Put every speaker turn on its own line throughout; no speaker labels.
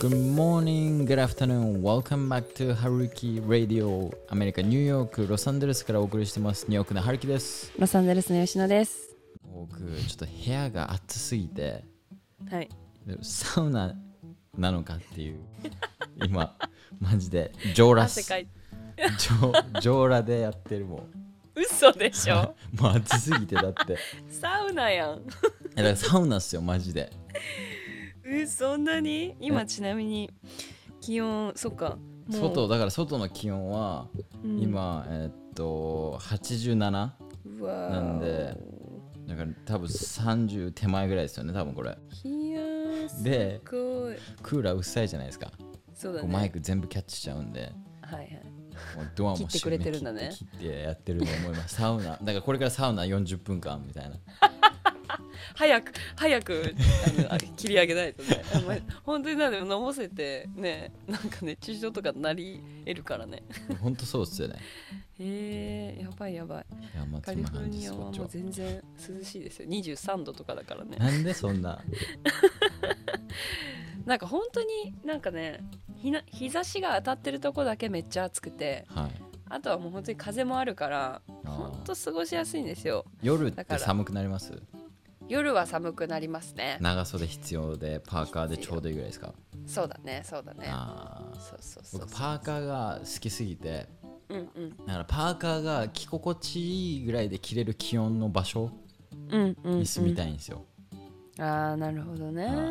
Good morning, good afternoon, welcome back to Haruki Radio アメリカ・ニューヨーク・ロサンゼルスからお送りしてますニューヨークのハルキです
ロサンゼルスの吉野です。
僕ちょっと部屋が暑すぎて
はい。
サウナなのかっていう今マジで上羅
汗かい
上上羅でやってるも
嘘で
ん
しょ
もう暑すぎてだってい
サウナやん。
やだからサウナっすよマジで
え、そんなに今ちなみに気温、そっか。もう
外、だから外の気温は
うん、
今、えーっと87
うわー
なんでだから多分30手前ぐらいですよね多分これ
いやー、す
で
ごい。
クーラーうっさいじゃないですか、
そうだ
こう
ね。
マイク全部キャッチしちゃうんで
はいはい。
もうドアも
切ってくれてるんだね
切って切ってやってると思いますサウナだからこれからサウナ40分間みたいな
早く早くあのあ切り上げないとね。 お前本当になんで飲ませてね、なんか熱中症とかなり得るからね。
ほんとそうっすよね
へえー、やばいやばい。
いやまあ
カ
そ
リ
んな
フォル
感じで
ニ
す
ア
こ
は
っち
も
は
う全然涼しいですよ。23度とかだからね。
なんでそんな
なんか本当になんかねひな日差しが当たってるとこだけめっちゃ暑くて
はい
あとはもう本当に風もあるから
あー
本当過ごしやすいんですよ
夜って
だから
寒くなります
夜は寒くなりますね
長袖必要でパーカーでちょうどいいぐらいですか
そうだねそうだね
あー
そうそうそう
僕パーカーが好きすぎて
うんうん
だからパーカーが着心地いいぐらいで着れる気温の場所
うんうん、
に住みたいんですよ、
ああなるほどね
は
ま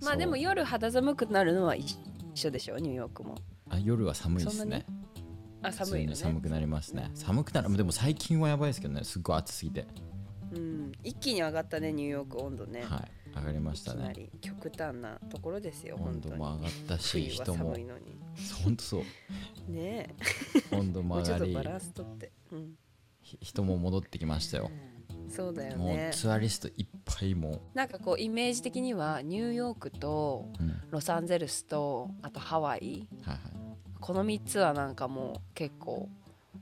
そう
あでも夜肌寒くなるのは一一緒でしょニューヨークも
あ夜は寒いです
そんな
ね
に。あ
普
寒
通
いよ
に
ね
寒くなりますね。寒くなる、でも最近はやばいですけどね、すっごい暑すぎて。
うん、一気に上がったねニューヨーク温度ね、
はい、上がりまし
い、
た
きな
ね。
り極端なところですよ
温度
本当に
も上がったし、
冬は
人も
寒い、のに
本当そう、
ねえ
温度
も
も
うち
上
ょ
が
っと
り
バ、ランスとって、うん、
ひ人も戻ってきましたよ。
そうだよ
も
ね
うツアリストいっぱいも
なんかこうイメージ的にはニューヨークと
う、うん、
ロサンゼルスとあとハワイ
はいはい。
この3つはなんかもう結構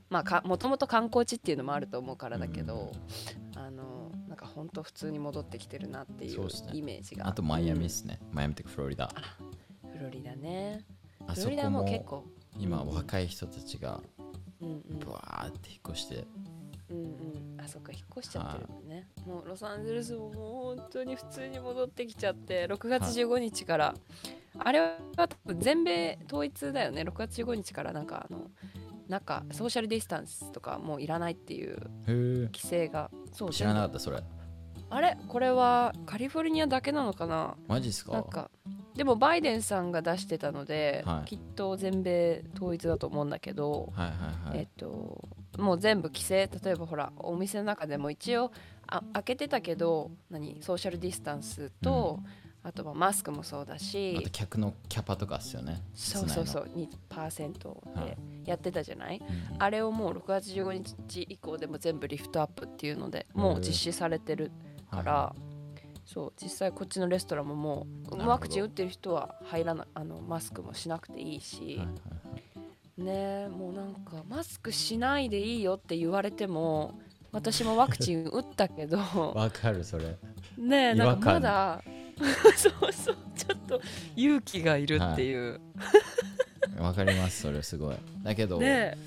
まあかもともと観光地っていうのもあると思うからだけど、あのなんか本当普通に戻ってきてるなってい
そう
う
ですね
イメージが
あとマイアミ
う
で
ん
すね、マイアミとかフロリダ。
フロリダね
あ
フ
そ
ロリ
こ
ダも結
も
構
今
うん
若い人たちが
うんうん
ブワーって引っ越して、
うんうんあそっか引っ越しちゃってるもんねもうロサンゼルスももう本当に普通に戻ってきちゃって6月
はい
15日から、あれは多分全米統一だよね6月15日からなんかあのなんかソーシャルディスタンスとかもういらないっていう
へ
規制がそ
え、
う
知らなか
全
ったそれ。
部あれこれはカリフォルニアだけなのかな
マジですか
なんかでもバイデンさんが出してたので、
はい
きっと全米統一だと思うんだけど、
はいはいは
えっ
い。
と、もう全部規制例えばほらお店の中でも一応あ開けてたけど何ソーシャルディスタンスと、あとはマスクもそうだ
あと
し
客のキャパとかっすよね。。
そうそうそうう2%
はい
でやってたじゃない、
うん
あれをもう6月15日以降でも全部リフトアップっていうのでもう実施されてるか
はい
ら、そう実際こっちのレストランもも
ほ
う
ど
ワクチン打ってる人は入らなあのマスクもしなくていいし。
はいはいはい
ねえもうなんかマスクしないでいいよって言われても私もワクチン打った けど
わかるそれ
ねえ
違
な
和
んか
感
まだ そうそうちょっと勇気がいるっていう、
わかりますそれすごいだけど、
ね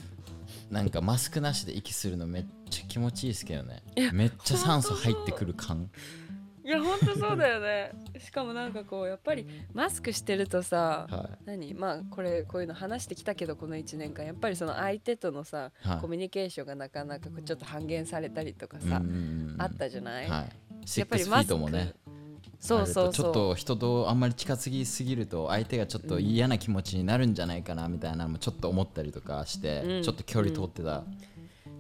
なんかマスクなしで息するのめっちゃ気持ちいいですけどねめっちゃ酸素入ってくる感
えいやほんとそうだよねしかもなんかこうやっぱりマスクしてるとさ
は
何まあこれこういうの話してきたけどこの1年間やっぱりその相手とのさ
いはい
コミュニケーションがなかなかこうちょっと半減されたりとか
うん
さ、
うんうん
あったじゃない、
はいシッ
やっぱ
ク
り
スフィ
マ
ー
スク
トもね
そうそうそう
あるとちょっと人とあんまり近すぎすぎると相手がちょっと嫌な気持ちになるんじゃないかなみたいなのもちょっと思ったりとかして、
うん
ちょっと距離通ってた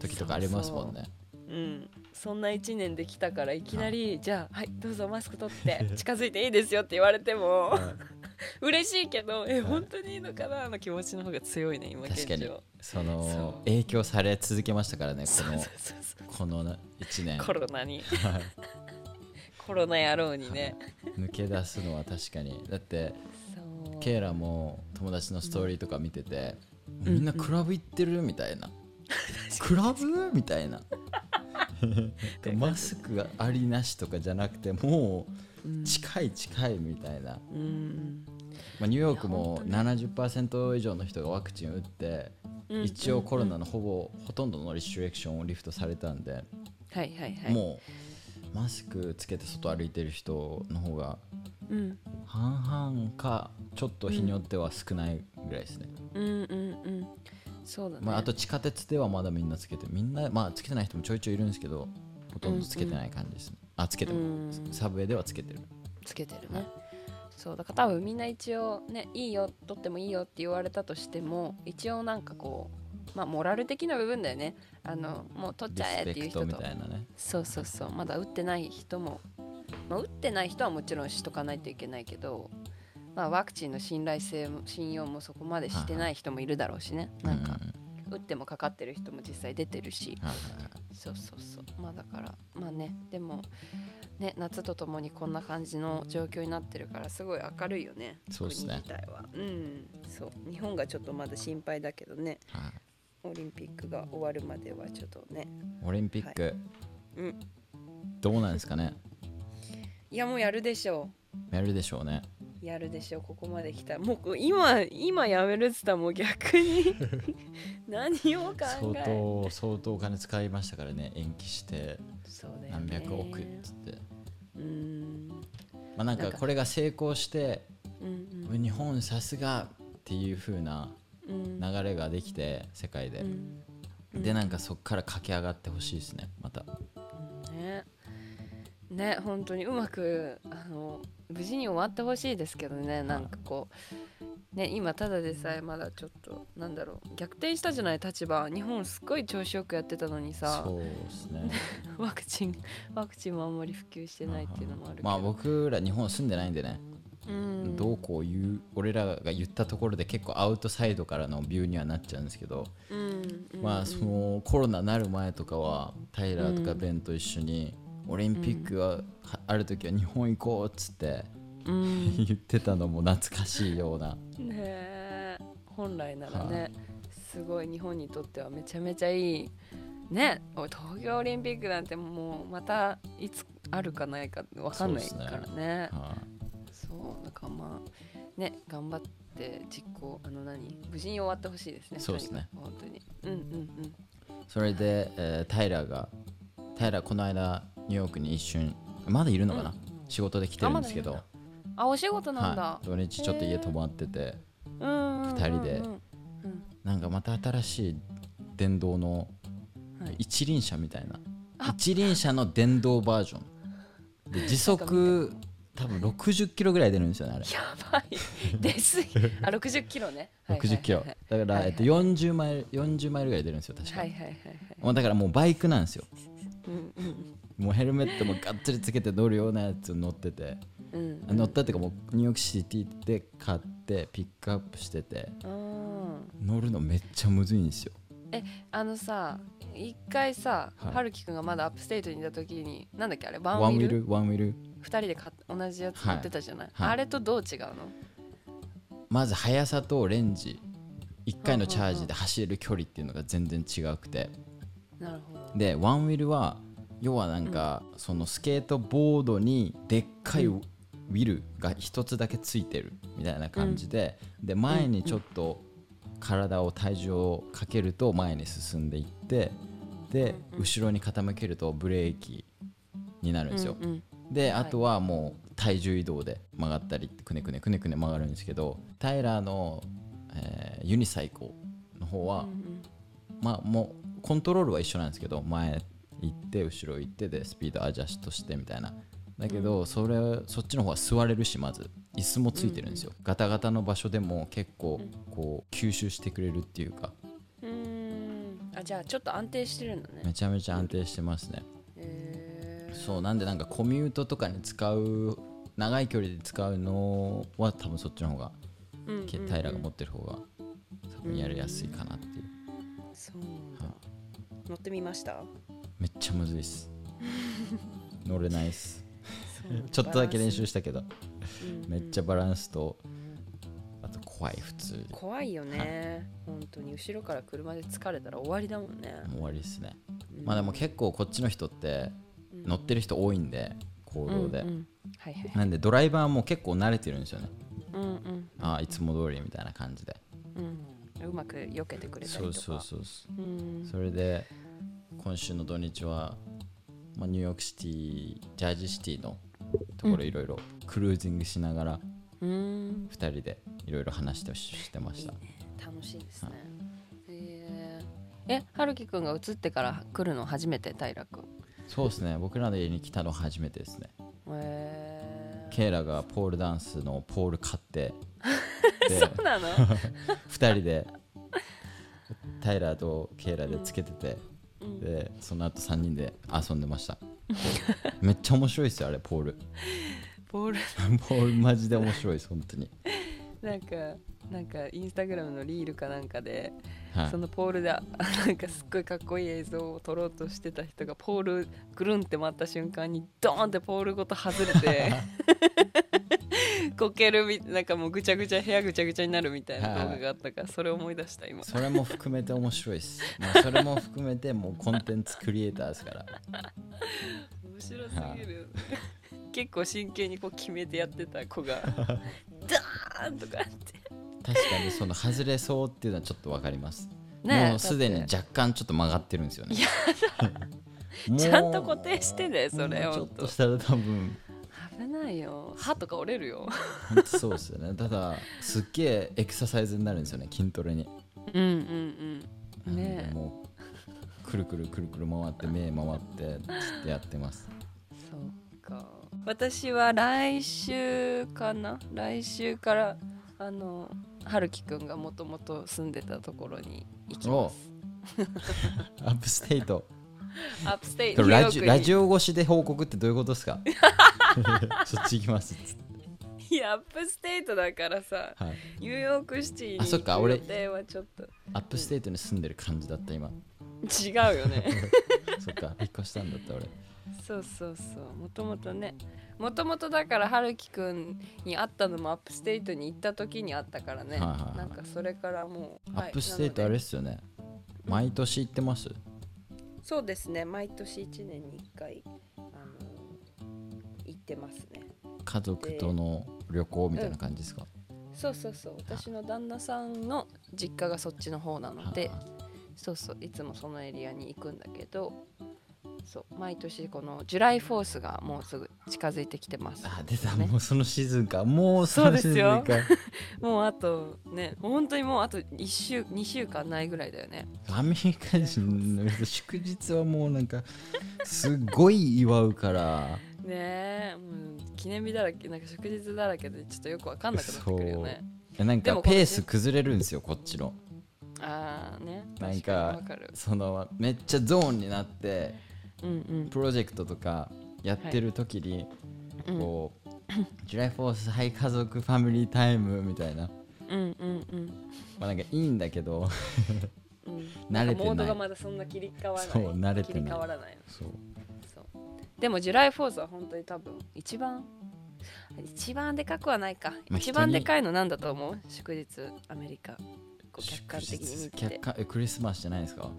時とかありますもんね、
うん、そんな1年できたからいきなり「じゃあはいどうぞマスク 取って近づいていいですよ」って言われても嬉しいけど「え本当にいいのかな?」の気持ちの方が強いね今現
確かに
状
そ
そう
の影響され続けましたからね
そうそうそうそ
このこの1年
うコロナに
はい
コロナ野郎にね、
抜け出すのは確かにだって
そう
ケイラも友達のストーリーとか見てて、
うん
み んなクラブ行ってるみたいな、クラブみたいな
て
マスクがありなしとかじゃなくても
うん
う近い近いみたいな、
うん
まあ、ニューヨークも
いや
70%以上の人がワクチン打って
うん
一応コロナのほぼほとんどのリストレクションをリフトされたんで
はいはいはい
もうマスクつけて外歩いてる人の方が
うん、
半々かちょっと日によっては少ないぐらいですね、
うんうんうんそうだね、
まあ、あと地下鉄ではまだみんなつけてみんなまあつけてない人もちょいちょいいるんですけどほとんどつけてない感じですね、あつけて
う
も
ん
サブウェイではつけてる
つけてるね、そうだから多分みんな一応ねいいよ取ってもいいよって言われたとしても一応なんかこうまあモラル的な部分だよねあのもう取っち
リ
ゃえ
ス
っ
ペ
ていう
ク
人
トみ
と
たいなね
そうそうそうまだ打ってない人も、まあ、打ってない人はもちろんしとかないといけないけど、まあ、ワクチンの信頼性も信用もそこまでしてない人もいるだろうしねなんか
う
打ってもかかってる人も実際出てるし
はいはいはい
そうそうそうまあだからまあねでもね夏とともにこんな感じの状況になってるからすごい明るいよね
そうっすね
国自体はうんそう日本がちょっとまだ心配だけどね
はい
オリンピックが終わるまではちょっとね
オリンピック、
うん
どうなんですかね
いやもうやるでしょう
やるでしょうね
やるでしょここまで来たもうこう今今やめるっつったらもう逆 に何を考
相
える
当相当お金使いましたからね延期して
そうだよ
何
ね
百億っつって、
うーん
まあなん
な
か
んか
これが成功して
うん
日本さすがっていう風な
うんうん
流れができて世界で、
うんうん
でなんかそっから駆け上がってほしいですねまた
ねね本当にうまくあの無事に終わってほしいですけどねなんかこうね今ただでさえまだちょっとなんだろう逆転したじゃない立場日本すっごい調子よくやってたのにさ
そうですね
ワクチンワクチンもあんまり普及してないっていうのもあるけど
まあ僕ら日本住んでないんでね、
うん
どうこう言う俺らが言ったところで結構アウトサイドからのビューにはなっちゃうんですけど、
うんうん
まあそのコロナなる前とかはタイラーとか
うん
ベンと一緒にオリンピックがある時は日本行こうっつって
うんね
言ってたのも懐かしいよ うな
え本来なら
は
ねすごい日本にとってはめちゃめちゃいいねおい東京オリンピックなんてもうまたいつあるかないかわかんないからね
は
そうだからまあね頑張って実行あの何無事に終わってほしいですね
そうですね
とにかく本当にうんうん
いそれでえータイラーがタイラーこの間ニューヨークに一瞬まだいるのかな仕事で来てるんですけ
あま
ど
うんあお仕事なんだ、
はい土日ちょっと家泊まってて
うんうんうんうん
二人で
うん
なんかまた新しい電動の
はい
一輪車みたいな、
あ
一輪車の電動バージョン で時速多分60キロぐらい出るんですよねあれ
やば いですあ60キロねはいはいはい
60キロだから、
はいはい
えっと、40マイル40マイルぐらい出るんですよ確か、
はいはいはいはい
もうだからもうバイクなんですよ
うんうん
もうヘルメットもがっつりつけて乗るようなやつ乗ってて
うん
乗ったっていうかもうニューヨークシティで買ってピックアップしてて
うん
乗るのめっちゃむずいんですよ
あのさ一回さ
はい
はるきくんがまだアップステートにいた時になんだっけあれワ
ワン
ン
ウ
ウィ
ィ
ル
ルワンウィル
二人で買っ同じやつ
はい
買ってたじゃない、
はい
あれとどう違うの
まず速さとレンジ1回のチャージで走れる距離っていうのが全然違くて
なるほど
でワンウィルは要はなんか、そのスケートボードにでっかいウィルが一つだけついてるみたいな感じで、で前にちょっと体を体重をかけると前に進んでいってで
うんうん
後ろに傾けるとブレーキになるんですよ、
うんうん
で
はい
あとはもう体重移動で曲がったりくねくねくねくね曲がるんですけどタイラーの、えーユニサイコの方は、
うん
まあもうコントロールは一緒なんですけど前行って後ろ行ってでスピードアジャストしてみたいなだけどそれそっちの方は座れるしまず椅子もついてるんですよガタガタの場所でも結構こう吸収してくれるっていうか
うんうーんあじゃあちょっと安定してるんだね
めちゃめちゃ安定してますね
へー
そうなんでなんかコミュートとかに使う長い距離で使うのは多分そっちの方が
うんうん
平が持ってる方が多分やりやすいかなっていう
そうなんだ
はい
乗ってみました
めっちゃむずいっ す乗れないっす
そうな ん
ちょっとだけ練習
バ
したけど
ランスうんうん
めっちゃバランスとあと怖い普通にも
怖いよね、本当に後ろから車で疲れたら終わりだもんね、
う終わりですね
うん
まあでも結構こっちの人って乗ってる人多いんで行動で、
うんうんはいはい
なんでドライバーも結構慣れてるんですよね
うんうん
ああいつも通りみたいな感じで
うんうまく避けてくれたりと
そう
か
そうそうそう
うん
それで今週の土日は、まあ、ニューヨークシティジャージーシティのところいろいろクルージングしながら
うん
2人でいろいろ話してしてま
いい
した
ね楽しいですねへええはるきくんが移ってから来るの初めて平くん
そうですね僕らの家に来たの初めてですね
へえ
ケイラがポールダンスのポール買ってで
そう なの
2人でタイラーとケイラでつけてて、
うん
でその後3人で遊んでましためっちゃ面白いですよあれポール
ボール
ポールマジで面白いです本当に、
なんかなんかインスタグラムのリールかなんかで
はい
そ、のポールであなんかすっごいかっこいい映像を撮ろうとしてた人がポールぐるんって回った瞬間にドーンってポールごと外 れてこけるみなんかもうぐちゃぐちゃ部屋ぐちゃぐちゃになるみたいな動画があったからそれを思い出した今
それも含めて面白いです、まあ、それも含めてもうコンテンツクリエイターですから
面白すぎる結構真剣にこう決めてやってた子が ダーンとかって
確かにその外れそうっていうのはちょっと分かります、
ねえ
もうすでに
だって
若干ちょっと曲がってるんですよね
や
もう
ちゃんと固定してねそれ
もうちょ
ほ
っ
んと
としたら多分
危ないよ歯とか折れるよ
本当そうですよねただすっげえエクササイズになるんですよね筋トレに
うんうんうんね
なん
え
でもうくるくるくるくる回って目回ってずっとやってます
そうか私は来週かな来週からあの春樹くんがもともと住んでたところに行きます
アップステイト
アップステイニューヨ
ラ
ーク
ジ
に
ラジオ越しで報告ってどういうことです か そっち行きますっつって
いやアップステイトだからさ
はい、
ニューヨークシティに
あそっか
行く
俺
予定はちょっと
アップステイトに住んでる感じだった今
違うよね
そっか引っ越したんだった俺
そうそうそうもともとねもともとだから春樹くんに会ったのもアップステイトに行った時に会ったから
は
ね、
いはいはい
なんかそれからもう
アップステイトあ
はいなの
れ
で
っすよね毎年行ってます
そうですね毎年1年に1回あの行ってますね
家族との旅行みたいな感じですか、
そうそうそう私の旦那さんの実家がそっちの方なので
は
そうそういつもそのエリアに行くんだけどそう毎年このジュライフォースがもうすぐ近づいてきてます
ああ出た、
ね
もうそのシーズンかもうそのシーズンか
そうもうあとね本当にもうあと1週2週間ないぐらいだよね
アメリカ人の人祝日はもうなんかすごい祝うから
ねえもう記念日だらけなんか祝日だらけでちょっとよくわかんなくなってくるよね
えなん
で
か
も
ペース崩れるんですよこっちの
ああね
なんか
確にわかる
そのめっちゃゾーンになって
うんうん
プロジェクトとかやってる時に、
うん
こう「ジュライフォースはい家族ファミリータイム」みたいな
うんうんうん
まあなんかいいんだけど
うん
慣れてない
モードがまだそんな切り替わらない
そう慣れてない
切り替わらない
そう
そうでもジュライフォースは本当に多分一番一番でかくはないか、
まあ
一
人
番
に
でかいのなんだと思う祝日アメリカこう客
祝
観的に
日
見て
客観えクリスマスじゃないですか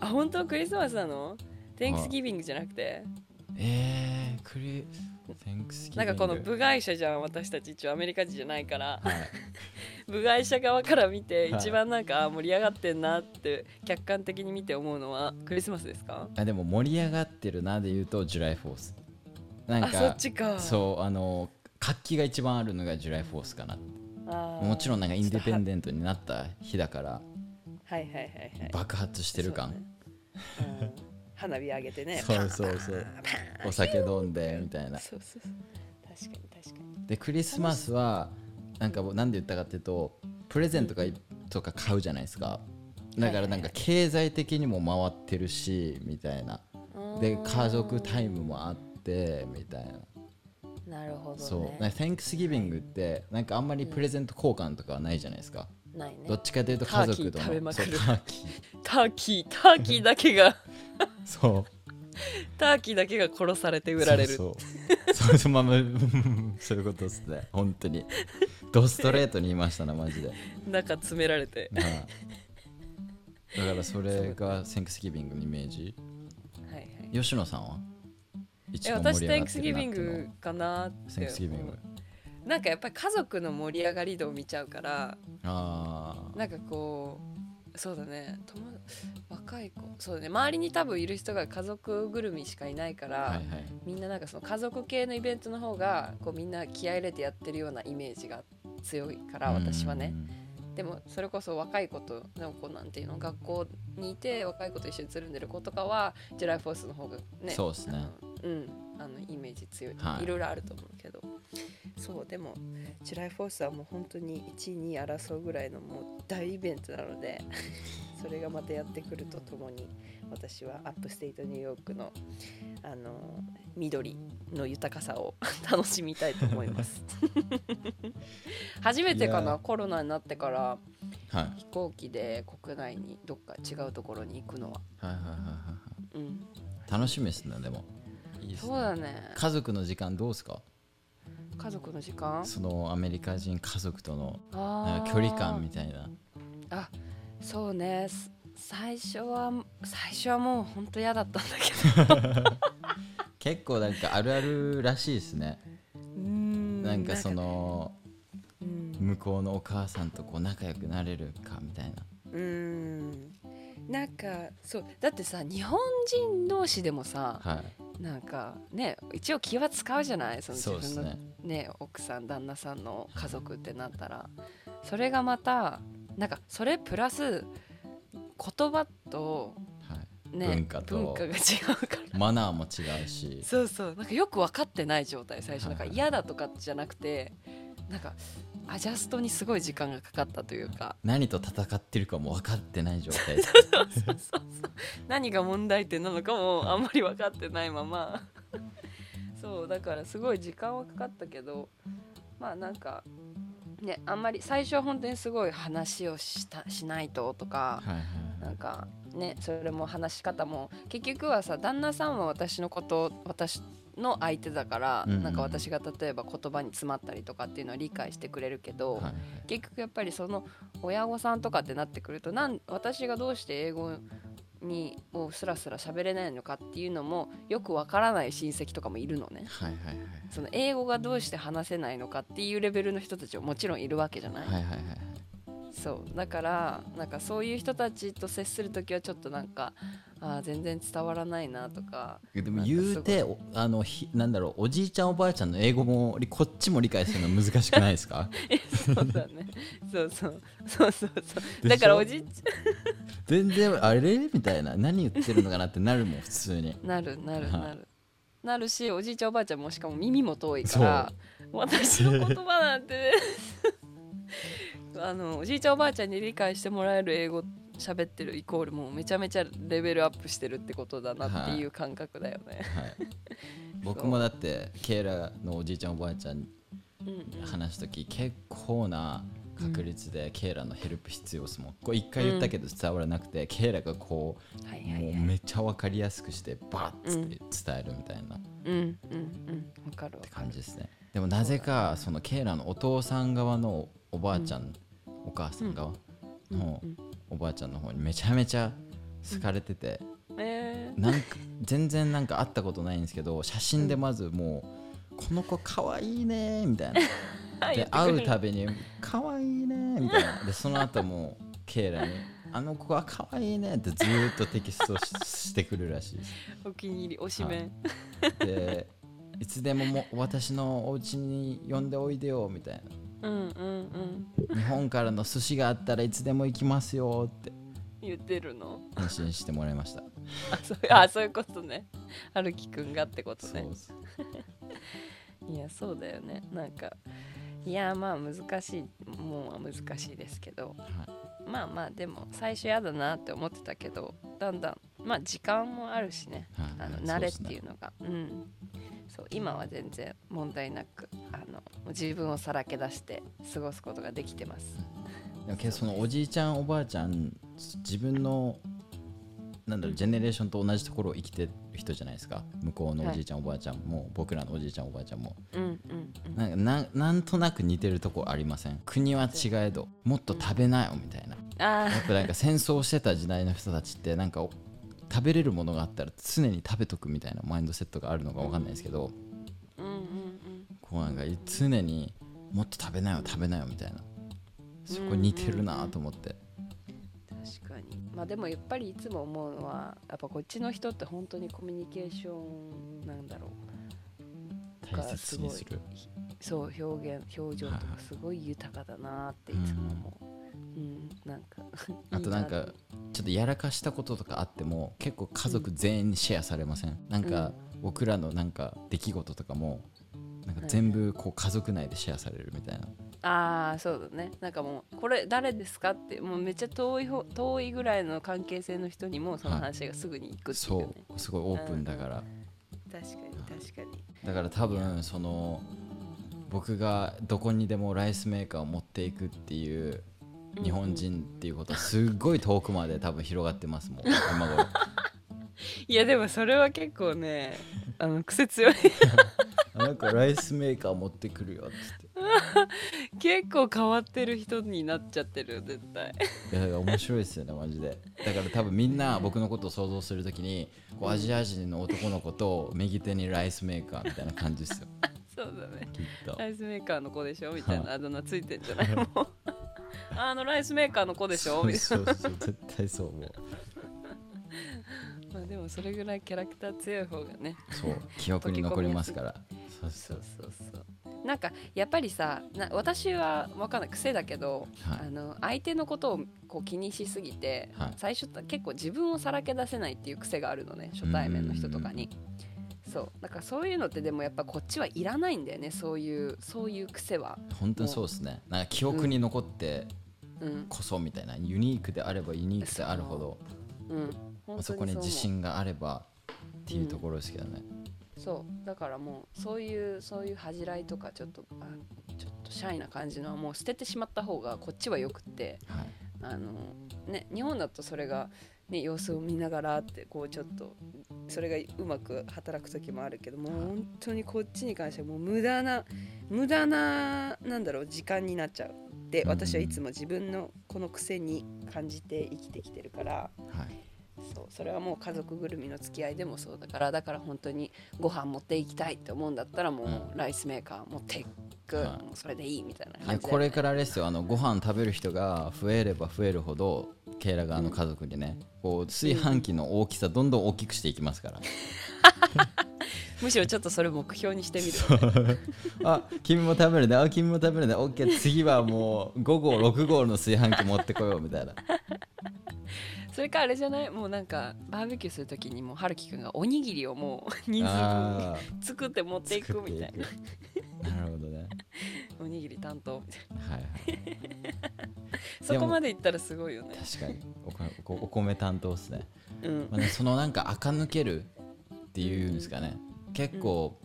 あ本当クリスマスなの Thanksgiving じゃなくて
えー、クリセンクスギ
な
ビ
ん
ン
か
グ
この部外者じゃん私たち一応アメリカ人じゃないから
はい
部外者側から見て
はい
一番なんかあ盛り上がってんなって客観的に見て思うのはクリスマスですか
あでも盛り上がってるなで言うとジュライフォースなんか
あそっちか
そうあの活気が一番あるのがジュライフォースかなも
も
ちろんなんかインディペンデントになった日だから
はいはいはいはい
爆発してる感
そうねうん花火上げて ね
そうそうそう
パーン
お酒飲んでみたいな
そうそうそう確かに確かに
でクリスマスはなんかなんで言ったかっていうとプレゼントがいとか買うじゃないですかだからなんか経済的にも回ってるしみたいなで家族タイムもあってみたいな
なるほど
そう、
ね
なんか Thanksgiving ってなんかあんまりプレゼント交換とかはないじゃないですか、
ないね
どっちかというと家族と
ターキー食べま
のそ
く
う
る
ターキー
ターキーターキーだけが
そう
ターキーだけが殺されて売られる
そうそうそのままそういうことですね本当にドストレートに言いましたなマジで、
中詰められて
はいだからそれがセンクスギビングのイメージ
はいはい
吉野さんは
え
一番
私
盛り上
テン
が
ク
っ
ス
て
ギ
るな
ビン
っていう
グかなっ
のセン
て
クスギビング
なんかやっぱり家族の盛り上がり度を見ちゃうから
あ
なんかこうそうだね友若い子そうだね周りに多分いる人が家族ぐるみしかいないから、
あはいはい
みんななんかその家族系のイベントの方がこうみんな気合い入れてやってるようなイメージが強いから私はねでもそれこそ若い子となんかこうなんていうの学校にいて若い子と一緒につるんでる子とかはジェライフォースの方がね
そうですね
あのうんあのイメージ強い、
はい
い、ろいろあると思うけどそうでもジェライフォースはもう本当に1位2位争うぐらいのもう大イベントな のでそれがまたやってくるとともに私はアップステートニューヨークのあの緑の豊かさを 楽しみたいと思います 初めて
い
か
や
なコロナになってから
うんはい
飛行機で国内にどっか違うところに行くのは、
はいはいはいはいは
うん、
い楽しみですねでもいいっすね
そうだね
家族の時間どうですか
家族の時間
そのアメリカ人家族とのな
あ
ん
ー
か距離感みたいな
あそうねす最初は最初はもう本当嫌だったんだ けど
結構なんかあるあるらしいですね
うん
なんかその
うん
向こうのお母さんとこう仲良くなれるかみたいな
うんなんかそうだってさ日本人同士でもさ
はい
なんかね一応気は使うじゃないその
そうで
自
す
分の
ね
ね奥さん旦那さんの家族ってなったらそれがまたなんかそれプラス言葉と、
はい
ね、
文化と
文化が違うから
マナーも違うし
そうそうなんかよく分かってない状態最初なんか
はいはい
嫌だとかじゃなくてなんかアジャストにすごい時間がかかったというか
何と戦ってるかも分かってない状態
そうそうそう何が問題点なのかもあんまり分かってないまま そうだからすごい時間はかかったけどまあなんかねあんまり最初は本当にすごい話をしたしないととか
はいはいは
ないんかねそれも話し方も結局はさ旦那さんは私のこと私の相手だから、
うんうん
なんか私が例えば言葉に詰まったりとかっていうのは理解してくれるけど、
はいはい
結局やっぱりその親御さんとかってなってくるとなん私がどうして英語にをスラスラ喋れないのかっていうのもよくわからない親戚とかもいるのね。
はいはい
その英語がどうして話せないのかっていうレベルの人たちももちろんいるわけじゃない、
はいはいはいはいはい
そうだからなんかそういう人たちと接する時はちょっとなんかあー全然伝わらないなと か
でも言うておあのひなんだろうおじいちゃんおばあちゃんの英語もりこっちも理解するの難しくないですか
えそうだねそうそうそうそうそう
でしょ
だからおじいち
全然あれみたいな何言ってるのかなってなるもん普通に
ゃんなるなる
はい
なるなるしおじいちゃんおばあちゃんもしかも耳も遠いから私の言葉なんて あのおじいちゃんおばあちゃんに理解してもらえる英語喋ってるイコールもうめちゃめちゃレベルアップしてるってことだなっていう感覚だよね、
はい、 僕もだってケイラのおじいちゃんおばあちゃんに
うん
話す時結構な確率でケイラのヘルプ必要ですもんこれ一回言ったけど伝わらなくて、ケイラがこ
はいうはい
も
は
う
い
めっちゃ分かりやすくしてバッつって伝えるみたいなっ
うんうんうんわかるわ
て感じですねでもなぜかそのケイラのお父さん側のおばあちゃん、お母さん側の
うん
おばあちゃんの方にめちゃめちゃ好かれてて、
えー、
なんか全然なんか会ったことないんですけど写真でまずもう「この子かわいいね」みたいな
言っ
で
てくれ
会
る
うたびに「かわいいね」みたいなでその後もケイラに「あの子はかわいいね」ってずーっとテキストししてくるらしいです
お気に入りおしめん、
でいつでももう私のお家に呼んでおいでよみたい
うんうんうん
な日本からの寿司があったらいつでも行きますよって
言ってるの
返信してもらいました
あ そうあそういうことねはるきくんがってこと
そう
ね
です
いやそうだよねなんかいやまあ難しいもんは難しいですけど
は
まあまあでも最初やだなって思ってたけどだんだんまあ時間もあるしね
いはい
あの
はい
慣れっ
そ
ていううのがうんそう今は全然問題なくあの自分をさらけ出して過ごすことができてます
でもけどそのおじいちゃんおばあちゃん自分のなんだろうジェネレーションと同じところを生きてる人じゃないですか向こうのおじいちゃん、おばあちゃんも僕らのおじいちゃんおばあちゃんも
うんうんうん
なんかななんとなく似てるとこありません国は違えどもっと食べなよみたいな
あ
やっぱなんか戦争してた時代の人たちってなんかお食べれるものがあったら常に食べとくみたいなマインドセットがあるのかわかんないですけど
ーうんうん
こうなんか常にもっと食べなよ食べなよみたいなそこ似てるなと思って
うん確かにまあでもやっぱりいつも思うのはやっぱこっちの人って本当にコミュニケーションなんだろう
大切にする
そう表現表情とかすごい豊かだなっていつも思う、うん、なんか
あとなん
いい
かちょっとやらかしたこととかあっても結構家族全員にシェアされませんなんか僕らのなんか出来事とかもなんか全部こう家族内でシェアされるみたいな
ああそうだねなんかもうこれ誰ですかってもうめっちゃ遠いほ遠いぐらいの関係性の人にもその話がすぐに行くっていう
そ
ね、
うすごいオープンだから
確かに確かに
だから多分その僕がどこにでもライスメーカーを持っていくっていう日本人っていうことはすごい遠くまで多分広がってますもん今頃
いやでもそれは結構ねあの癖強い
なんかライスメーカー持ってくるよっつって
結構変わってる人になっちゃってるよ絶 対
いやだから面白いですよねマジでだから多分みんな僕のことを想像するときにこうアジア人の男の子と右手にライスメーカーみたいな感じですよ
そうだね
きっと
ライスメーカーの子でしょみたいなあだ名ついてんじゃないもうあのライスメーカーの子でしょみたい
そうそうそう絶対そう思う
なまあでもそれぐらいキャラクター強い方がね
そう記憶に残りますからそうそ
そううそうそうなんかやっぱりさな私は分かんない癖だけど、
はい
あの相手のことをこう気にしすぎて、
はい
最初結構自分をさらけ出せないっていう癖があるのね初対面の人とかに。そうだからそういうのってでもやっぱこっちはいらないんだよねそういうそういう癖は、
本当にそうですねなんか記憶に残って
うん
こそみたいなユニークであればユニークであるほど
うん、
ま
本当
あ
に
そこ
う
に
思う
自信があればっていうところですけどね、
そうだからもうそういうそういう恥じらいとかちょっとあちょっとシャイな感じのはもう捨ててしまった方がこっちはよくって
はい
あの、ね、日本だとそれが、ね、様子を見ながらってこうちょっとそれがうまく働く時もあるけどもう本当にこっちに関してはもう無駄な無駄ななんだろう時間になっちゃう。で
うん
私はいつも自分のこの癖に感じて生きてきてるから
はい
そうそれはもう家族ぐるみの付き合いでもそうだからだから本当にご飯持っていきたいって思うんだったらもうライスメーカー持っていく、
はい
もうそれでいいみたいな感じ
いやこれからあれですよあのご飯食べる人が増えれば増えるほどケイラ側の家族にね、こう炊飯器の大きさどんどん大きくしていきます から、
むしろちょっとそれ目標にしてみる
あ君も食べるねあ君も食べるね OK 次はもう5号6号の炊飯器持ってこようみたいな
それかあれじゃないもうなんかバーベキューするときにもうはるきくんがおにぎりをも う人数分
あ
作って持っていく
作って
み
い
たいな
くなるほどね
おにぎり担当みたい
はいはい
なそこまでいったらすごいよね
確かにお米おお米担当ですね,、
うん
まあ、ねそのなんか垢抜けるっていうんですかね結構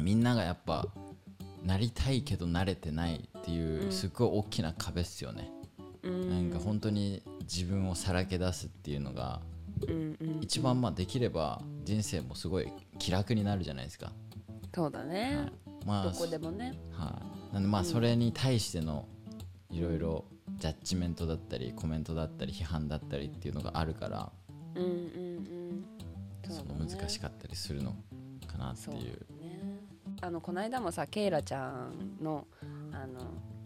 みんながやっぱなりたいけど慣れてないっていううんすごい大きな壁っすよね、
うん
なんか本当に自分をさらけ出すっていうのが
うんうん
一番まあできれば人生もすごい気楽になるじゃないですか、
そうだね、
はいまあ
どこでもね
はい、なんでまあそれに対してのいろいろジャッジメントだったりコメントだったり批判だったりっていうのがあるから
うんうんうん
その
だね
難しかったりするのかなって
そう
いう
ねあのこの間もさケイラちゃんのあの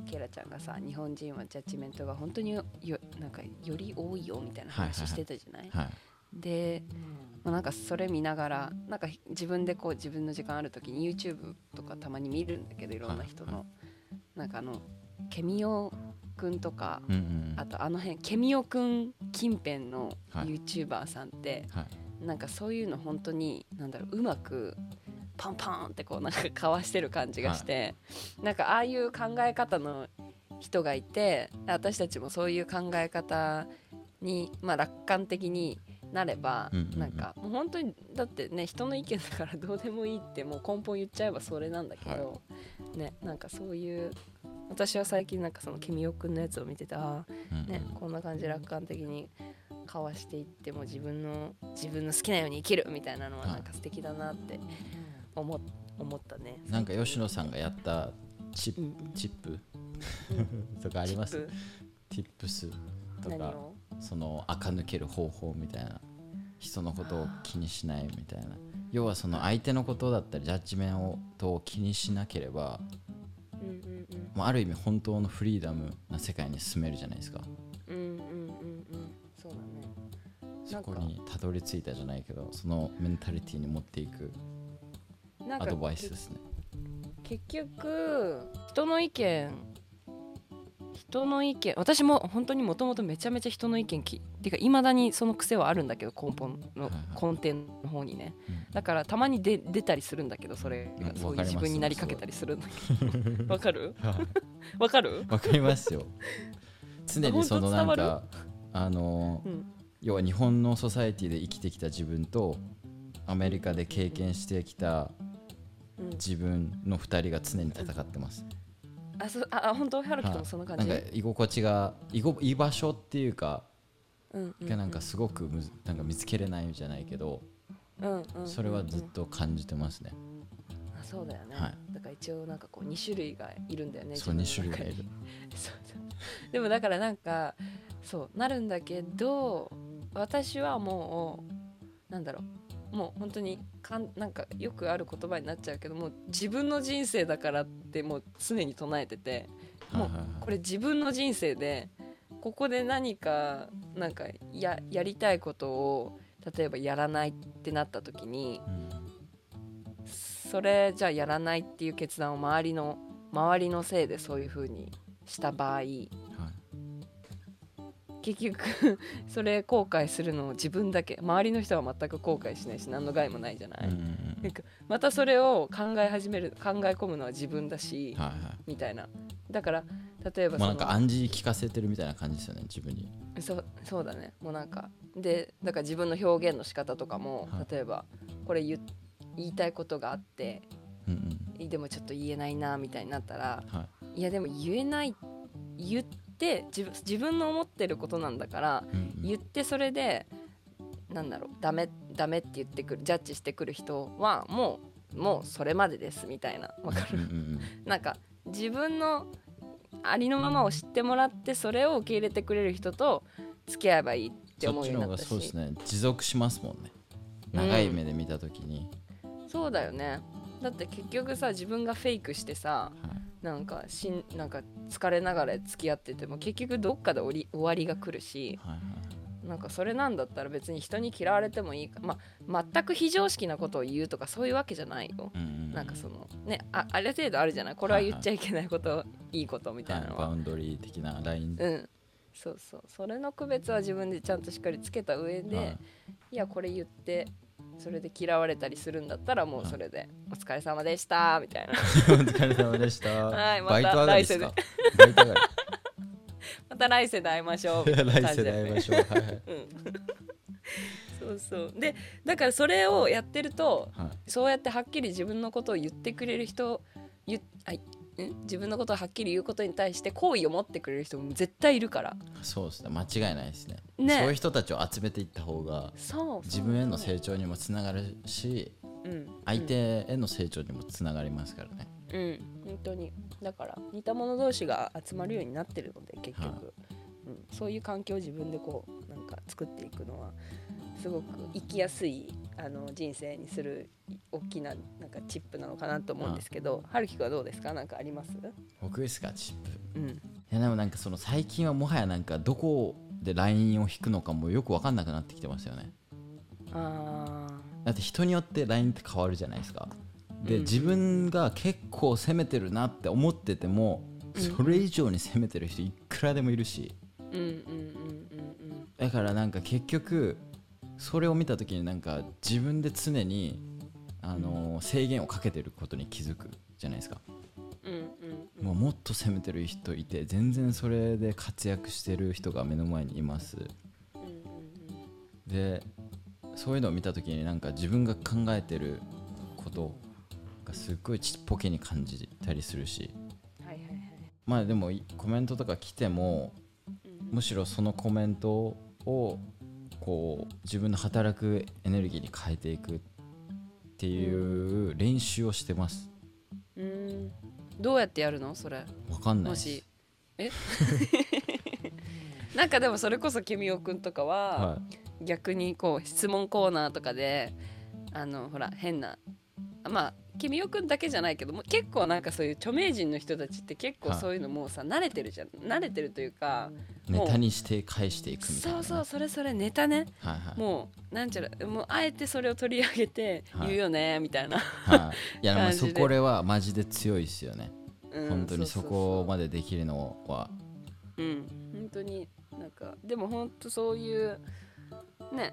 ケイラちゃんがさ日本人はジャッジメントが本当によよなんかより多いよみたいな
はいはいは
話
い
してたじゃない、
はい
で、まあ、なんかそれ見ながらなんかひ自分でこう自分の時間ある時に YouTube とかたまに見るんだけどいろんな人の、
はい
なんかあのケミオくんとか、
うんうん
あとあの辺ケミオくん近辺の
はい
YouTuber さんって、
はい
なんかそういうの本当になんだろううまくパンパンってこうなんかかわしてる感じがして、なんかああいう考え方の人がいて私たちもそういう考え方に、まあ、楽観的になれば、
うんうんうん
なんかもう本当にだってね人の意見だからどうでもいいってもう根本言っちゃえばそれなんだけど、ねなんかそういう私は最近なんかその君オくんのやつを見ててああ
うんうん
ね、こんな感じ楽観的にかわしていってもう自分の自分の好きなように生きるみたいなのは
はい
なんか素敵だなって思っ思ったね。
なんか吉野さんがやったチップ、
うんうん
チップ とかありますティ
チップ
ップスと
何
か
を
その垢抜ける方法みたいな人のことを気にしないみたいな要はその相手のことだったりジャッジメントを気にしなければ
うんうんうん
もうある意味本当のフリーダムな世界に進めるじゃないですか
うんうんうんうんそうだね。
そこにたどり着いたじゃないけどそのメンタリティに持っていく
なん
ア
か
ドバイス ですね
結局人の意見人の意見私も本当にもともとめちゃめちゃ人の意見きてかいまだにその癖はあるんだけど根本の
はいはい
根底の方にね
うん
だからたまに出出たりするんだけどそれ
う
が
ん
そ
わ
うい
かりま
う
す
自分になりかけたりするんだけどわかるわかる
わかります よ常にそのなん
本当伝
かあの、
うん
要は日本のソサエティで生きてきた自分とアメリカで経験してきた
うん
自分の2人が常に戦ってます。
あそああ本当ハルキと
は
も
い
そんな
な
感
ん
じ
か居心地が居ご居場所っていうか
うんうん
がなんかすごくむずなんか見つけれないじゃないけど
うんうん
それはずっと感じてますね。
あそうだよね
はい
だから一応なんかこう2種類がいるんだよね
そう2
自
種
分の
類
中
が
に
いる。
そう そうでもだからなんかそうなるんだけど私はもうなんだろうもう本当にかんなんかよくある言葉になっちゃうけどもう自分の人生だからってもう常に唱えてても
は
う
いはいはい
これ自分の人生でここで何かなんかややりたいことを例えばやらないってなった時に
うん
それじゃあやらないっていう決断を周りの周りのせいでそういう風にした場合
はい
結局 それ後悔するのを自分だけ周りの人は全く後悔しないし何の害もないじゃな
う
い、
んうんうん
なんかまたそれを考え始める考え込むのは自分だし、
はいはい
みたいなだから例えば
も
そうの
なんか暗示聞かせてるみたいな感じですよね自分に。
そうそうだねもうなんかでだから自分の表現の仕方とかも、
はい
例えばこれ言っ言いたいことがあって
うんうん
でもちょっと言えないなみたいになったら
はい
いやでも言えない言って自分自分の思ってることなんだから
うんうん
言ってそれでなんだろうダメダメって言ってくるジャッジしてくる人はもうもうそれまでですみたいなわか
うん
る
うん
なんか自分のありのままを知ってもらってそれを受け入れてくれる人と付き合えばいいって
そ
思
っ
う
ち
よう
の方が
になったし
そうですね持続しますもんね長い目で見た時に、
そうだよねだって結局さ自分がフェイクしてさ
はい
なんかしんなんか疲れながら付き合ってても結局どっかで終わり終わりが来るし
はいはい
なんかそれなんだったら別に人に嫌われてもいいか、まあ、全く非常識なことを言うとかそういうわけじゃないよ。
うんうんうん
なんかそのねあある程度あるじゃないこれは言っちゃいけないこと、いい、ことみたいなの
はい、
は、
バウンドリー的なライン
うんそうそうそれの区別は自分でちゃんとしっかりつけた上で、
はい
い、やこれ言ってそれで嫌われたりするんだったらもうそれで、お疲れ様でした みたいな
お疲れ様でした。
はいまた
バイト上がりですか。バイト上が
また来世で会いましょうみ た
り。
いな
来
感じ
世で
だよね
会いましょう。はいはい
うん そうそうでだからそれをやってると
はい。
そうやってはっきり自分のことを言ってくれる人ゆあいん自分のことをはっきり言うことに対して好意を持ってくれる人も絶対いるから
そうですね。間違いないですね。
ね
そういう人たちを集めていった方が
そうそう
自分への成長にもつながるし、
うん
相手への成長にもつながりますからね。
うん、うん、本当にだから似た者同士が集まるようになってるので結局、
はい
うん、そういう環境を自分でこうなんか作っていくのはすごく生きやすいあの人生にする大きななんかチップなのかなと思うんですけど春樹くんはどうですかなんかあります
僕ですか、チップ。
うん
いやでもなんかその最近はもはやなんかどこでラインを引くのかもよく分かんなくなってきてますよね。
あー
だって人によってラインって変わるじゃないですか。で、
うん
自分が結構攻めてるなって思ってても、それ以上に攻めてる人いくらでもいるし
うんうんうんうんうん
だからなんか結局それを見た時になんか自分で常にあのー制限をかけてることに気づくじゃないですか、
うんうん
もうもっと攻めてる人いて全然それで活躍してる人が目の前にいます
うんうん
でそういうのを見た時になんか自分が考えてることがすっごいちっぽけに感じたりするし
うんはいはいはい
まあでもいコメントとか来てもむしろそのコメントをこう自分の働くエネルギーに変えていくっていう練習をしてます
うんどうやってやるのそれ
わかんない
も
です
しえなんかでもそれこそケミオくんとかは
はい
逆にこう質問コーナーとかであのほら変なまあケミオくんだけじゃないけども結構なんかそういう著名人の人たちって結構
はい
そういうのもうさ慣れてるじゃん慣れてるというかも
ネ
う
タにして返していくみたいな
そう
ね
そうそれそれネタね
はいはい
もうなんちゃらもうあえてそれを取り上げて
はい
言うよねみたいな、
はいいやまあ
感じ
そ
で
これはマジで強いですよね
うん
本当にそこ
う
までできるのは
そうそううん本当になんかでも本当そういうね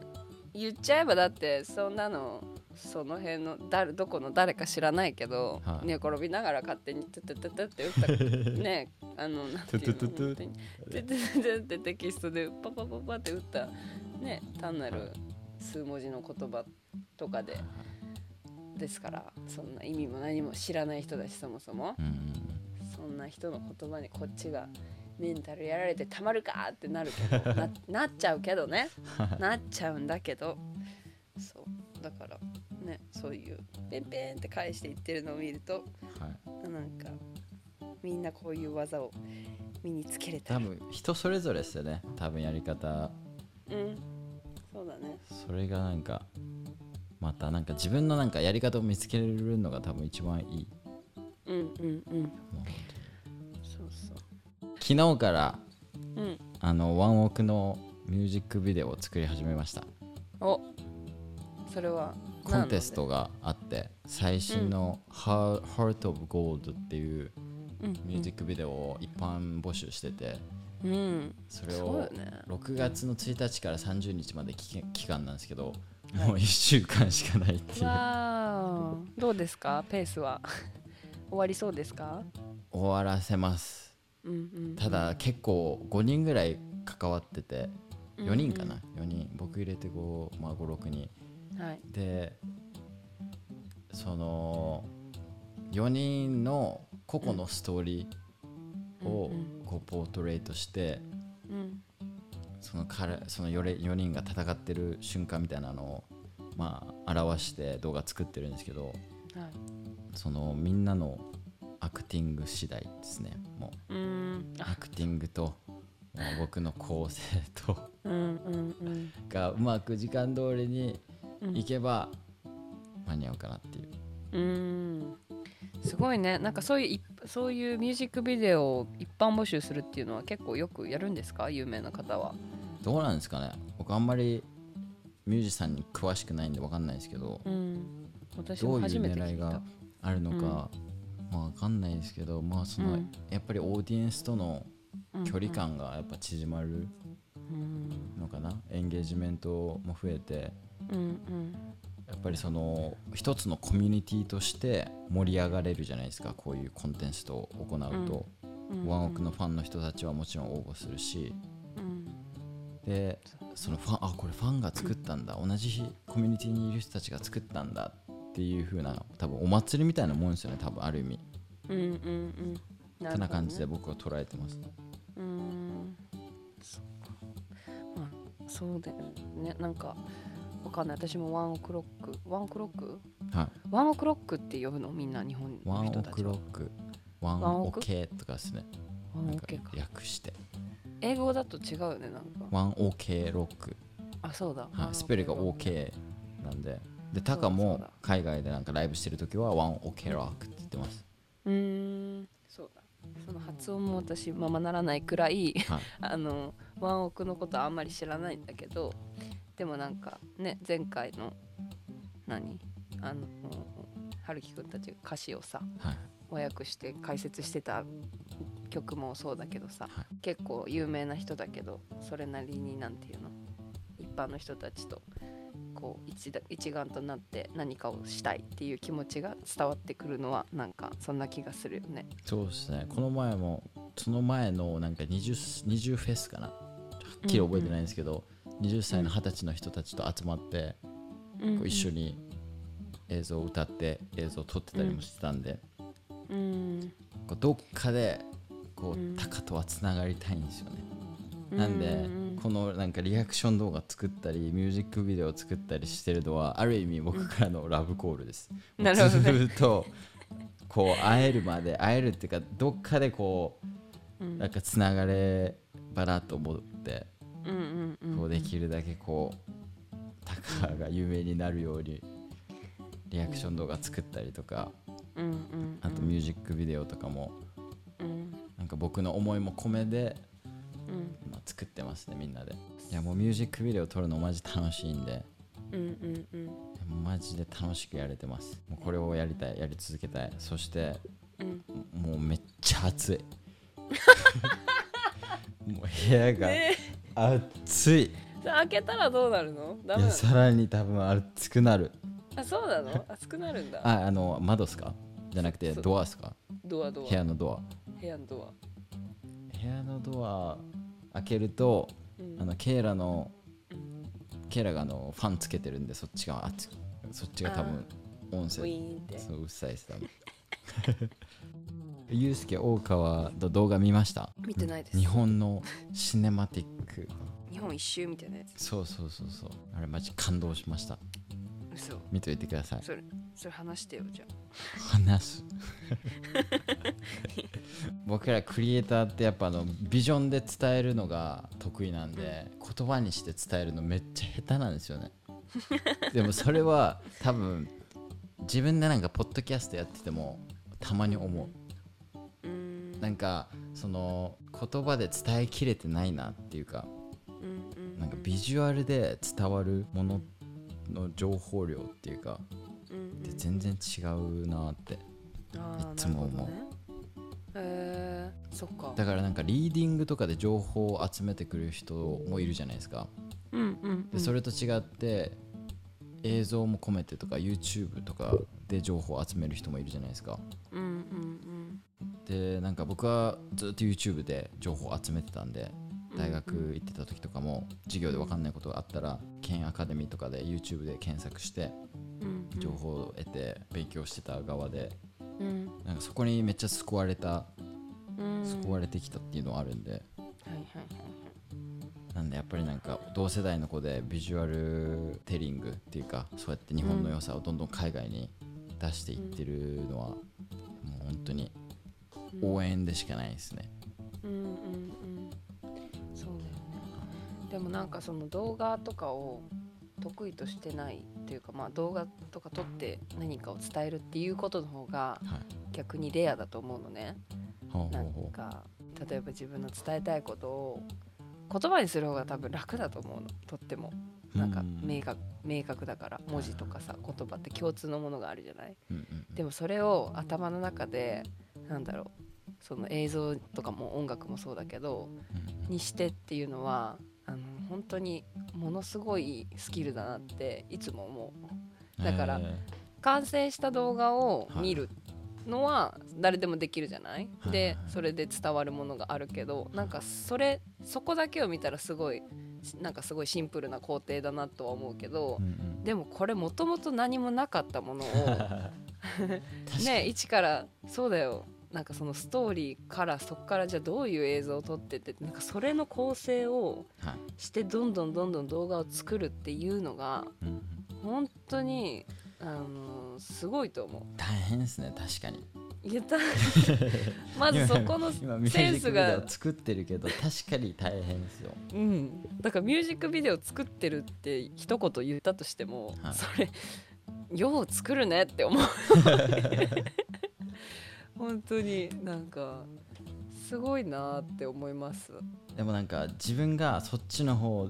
言っちゃえばだってそんなのその辺の誰どこの誰か知らないけど、
はい
ね転びながら勝手にトゥトゥトゥトゥって打ったねあのなんていう
トゥ
の
トゥトゥ
本当にトゥトゥトゥってテキストでパパパパって打ったね単なる数文字の言葉とかでですからそんな意味も何も知らない人だしそもそも
うんうん
そんな人の言葉にこっちがメンタルやられてたまるかってなるけどななっちゃうけどねなっちゃうんだけどそうだからねそういうペンペンって返していってるのを見ると
はい
なんかみんなこういう技を身につけれた
多
ら
分人それぞれですよね多分やり方
うんそうだね
それがなんかまたなんか自分のなんかやり方を見つけるのが多分一番いい
うんうんうん
もう
そうそ
昨日から
ううん
あのワンオクのミュージックビデオを作り始めました
おそれは
コンテストがあって最新の「Heart Heart of Gold」っていう
何ので
ミュージックビデオを一般募集してて
うんうん
それ
そう
を
よね
6月の1日から30日まで期間期間なんですけどもう1週間しかないっていう
わーおどうですかペースは 終わりそうですか
終わらせます
うんうん
ただ結構5人ぐらい関わってて
うん
4人かな4人僕入れて5、まあ、56人
はい
でその4人の個々のストーリーを
うん
こうポートレートして
うん
その彼その 4, 4人が戦ってる瞬間みたいなのをまあ表して動画作ってるんですけど
はい
そのみんなのアクティング次第ですねもう
うーんあ
アクティングともう僕の構成と
うんうんうん
がうまく時間通りに
うん
いけば間に合うかなっていう、
うーんすごいねなんかそういういそういうミュージックビデオを一般募集するっていうのは結構よくやるんですか有名な方は
どうなんですかね僕あんまりミュージシャンに詳しくないんで分かんないですけど、
うん私
ど
も
うい
初
う
めて
狙
聞
い
いた
があるのか、まあ分かんないですけどまあその、
うん
やっぱりオーディエンスとの距離感がやっぱ縮まる
うん
のかな、エンゲージメントも増えて
うんうん
やっぱりその一つのコミュニティとして盛り上がれるじゃないですかこういうコンテンツを行うと、
うん
ワンオクのファンの人たちはもちろん応募するし
うん
でそのファンあこれファンが作ったんだ同じ日コミュニティにいる人たちが作ったんだっていう風な多分お祭りみたいなもんですよね多分ある意味
うんうんうんなるほどね
そんな感じで僕は捉えてます
うーんそっかまあそうだよねなんかわかんない私もワンオクロックワンオクロック
はい
ワンオクロックって呼ぶのみんな日本
ワ
の
ン
人
オ
た
ク
ち
ロ
は
ックワン
ワン
オ
オク
ケとかですね
ワン
な
オ
んか
ケか
略して
英語だと違うよねなんか
ワンオケロック
あそうだ
はい、スペルが OK なんででタカ
そうだそう
も
だ
海外でなんかライブしてる時はワンオケロックって言ってます、
うーんそうだその発音も私ままならないくらい
はい、
あのワンオクのことはあんまり知らないんだけどでもなんかね前回の何あの春樹くんたちが歌詞をさ
はい、
和訳して解説してた曲もそうだけどさ、
は
結構有名な人だけどそれなりになんていうの一般の人たちとこう一だ一丸となって何かをしたいっていう気持ちが伝わってくるのはなんかそんな気がするよね。
そうですねこの前もその前のなんか 20, 20フェスかなはっきり覚えてないんですけど、20歳の二十歳の人たちと集まって、こう一緒に映像を歌って映像を撮ってたりもしてたんで、
うん
こうどっかでこう、
うん
タカとはつながりたいんですよねなんで
うん
このなんかリアクション動画作ったりミュージックビデオ作ったりしてるのはある意味僕からのラブコールです。
うんなるほどね
もうずっとこう会えるまで会えるっていうかどっかでこ
う
うんなんかつながればなと思って
うんうんうん
こうできるだけこうタカが有名になるようにリアクション動画作ったりとか
うんうん
あとミュージックビデオとかも
うん
なんか僕の思いも込めで
うん
まあ作ってますねみんなでいやもうミュージックビデオ撮るのマジ楽しいんで
うんうんうん
マジで楽しくやれてますもうこれをやりたいやり続けたいそして
うん
もうめっちゃ暑 いもう部屋が
ね
暑い、
えそれ開けたらどうなるのダ
い
メな
や
の
さらに多分暑くなる
あそうなの熱くなるんだ
ああの窓っすかじゃなくて
そう
ドアっすか
ドアド
部
ア
屋のドア
部屋のド
部屋のドア開けると
アうん
あのケイラのケイラがあのファンつけてるんでそっちが熱くそっちが多分音
ウ
声
ィーンって
そううっさいです多分 ユうスケ大川の動画見ました
見てないです
日本のシネマティック
日本一周みたいなやつ
そうそうそうそうあれマジ感動しました
嘘
見といてください
それそれ話してよじゃあ
話す 僕らクリエイターってやっぱあのビジョンで伝えるのが得意なんで言葉にして伝えるのめっちゃ下手なんですよ ねでもそれは多分自分でなんかポッドキャストやっててもたまに思
うーん
うなんかその言葉で伝えきれてないなっていうか
うんうん
なんかビジュアルで伝わるものの情報量っていうか
うんうん
で全然違うなって
あー
いつも思う
なるほどねへえそっか
だからなんかリーディングとかで情報を集めてくる人もいるじゃないですか
うんうんう
で
ん
それと違って映像も込めてとか YouTube とかで情報を集める人もいるじゃないですか
うんうん
でなんか僕はずっと YouTube で情報を集めてたんで
うん
大学行ってた時とかも授業で分かんないことがあったら県アカデミーとかで YouTube で検索して
うんうん
情報を得て勉強してた側で
うん
なんかそこにめっちゃ救われた
うん
救われてきたっていうのはあるんで
はいはいはい
なんでやっぱりなんか同世代の子でビジュアルテリングっていうかそうやって日本の良さをどんどん海外に出していってるのはもう本当に応援でしかないですね。
うんうんうんそうだよねでもなんかその動画とかを得意としてないっていうかまあ動画とか撮って何かを伝えるっていうことの方が
はい、
逆にレアだと思うのね
ほう
な
ほうんほう
か例えば自分の伝えたいことを言葉にする方が多分楽だと思うのとってもなんか
うん
明確明確だから文字とかさ言葉って共通のものがあるじゃない
うんうんうん
でもそれを頭の中でなんだろうその映像とかも音楽もそうだけど
うん
にしてっていうのはあの本当にものすごいスキルだなっていつも思
うん
だから
えー
う完成した動画を見るのは誰でもできるじゃない、
はい
で
はい
それで伝わるものがあるけどなんかそれそこだけを見たらすごいなんかすごいシンプルな工程だなとは思うけど
うんうん
でもこれもともと何もなかったものを
確か
ね
に
一からそうだよなんかそのストーリーからそこからじゃあどういう映像を撮ってってなんかそれの構成を
はい
してどんどんどんどん動画を作るっていうのが
うんうん
本当にあのすごいと思う。
大変ですね確かに
言ったまずそこの
今ミュ
セ
ー
ン
ジック
ス
ビデ
が
オ、作ってるけど確かに大変ですよ
うん、だからミュージックビデオ作ってるって一言言ったとしても、
はい
それよう作るねっ て思う本当になんかすごいなって思います
でもなんか自分がそっちの方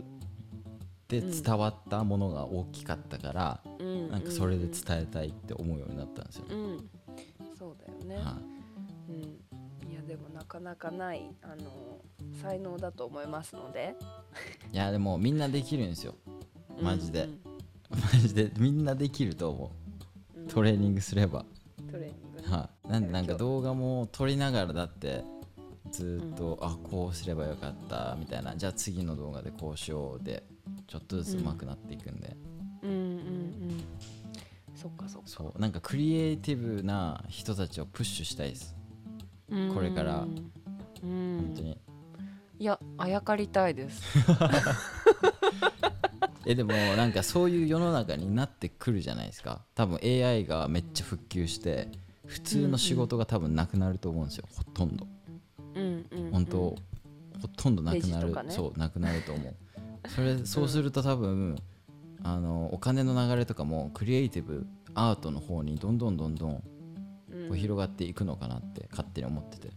で伝わったものが大きかったから、
な
なんかそれで伝えたいって思うようになったんですよね。
うん、うん、そうだよね、
は
うん、いやでもなかなかないあの才能だと思いますので
い、いやでもみんなできるんですよ。 マジで
うん
マジでみんなできると思
うん
う。トレーニングすれば。
トレーニングね、
はい、なんでなん
今
か
日
動画も撮りながらだってずっと、あこうすればよかったみたいなじゃあ次の動画でこうしようでちょっとずつ上手くなっていくんで、
うんうんうんそっかそっか
そうなんかクリエイティブな人たちをプッシュしたいです。これから
うんうん
本当に
いやあやかりたいです
えでもなんかそういう世の中になってくるじゃないですか多分 AI がめっちゃ復旧して普通の仕事が多分なくなると思うんですよほとんど
うんうん、うん、
本当、ほとんどなくな
レジと
る、
かね
そうなくなると思うそれそうすると多分あのお金の流れとかもクリエイティブアートの方にどんどんどんどんこ
うん
う広がっていくのかなって勝手に思ってて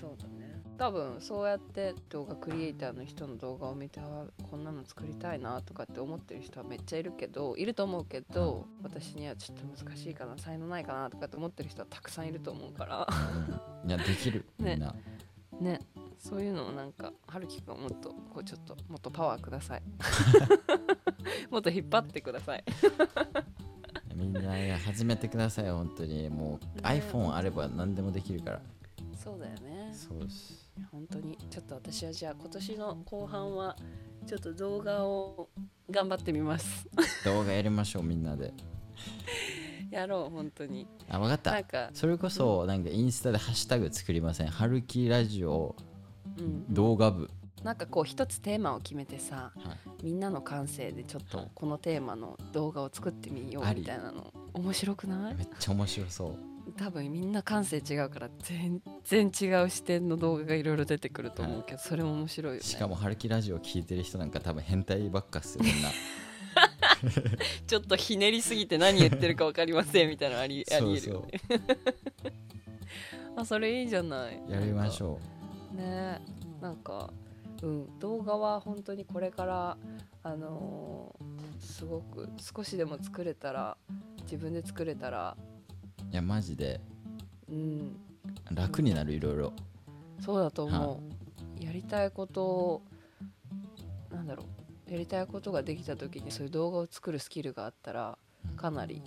そうだね多分そうやって動画クリエイターの人の動画を見てあーこんなの作りたいなとかって思ってる人はめっちゃいるけどいると思うけど私にはちょっと難しいかな才能ないかなとかって思ってる人はたくさんいると思うから
うんいやできるみ
ね
んな、
ねそういうのをなんかはるきくんもっとこうちょっともっとパワーくだ さいもっと引っ張ってください
みんな始めてください本当にもう iPhone あれば何でもできるから
そうだよね
そうです
本当にちょっと私はじゃあ今年の後半はちょっと動画を頑張ってみます
動画やりましょうみんなで
やろう本当に
あ分かっ
な
た
んか
それこそなんかインスタでハッシュタグ作りません春樹ラジオ
うん
動画部、
なんかこう一つテーマを決めてさ
はい
みんなの感性でちょっ
は
と
い
このテーマの動画を作ってみよ
あ
う
り
みたいなの面白くない
めっちゃ面白そう
多分みんな感性違うから全然違う視点の動画がいろいろ出てくると思うけどそれも面白いよね
しかも春樹ラジオ聞いてる人なんか多分変態ばっかっすよみ んな
ちょっとひねりすぎて何言ってるか分かりませんみたいなのありありえるよねあそれいいじゃない
やりまし
ょ
ょ
うねなんかうん動画は本当にこれからあのーすごく少しでも作れたら自分で作れたら
ういやマジで
うん
楽になるいろいろ
そうだと思う、やりたいことをなんだろうやりたいことができた時にそういう動画を作るスキルがあったらかなり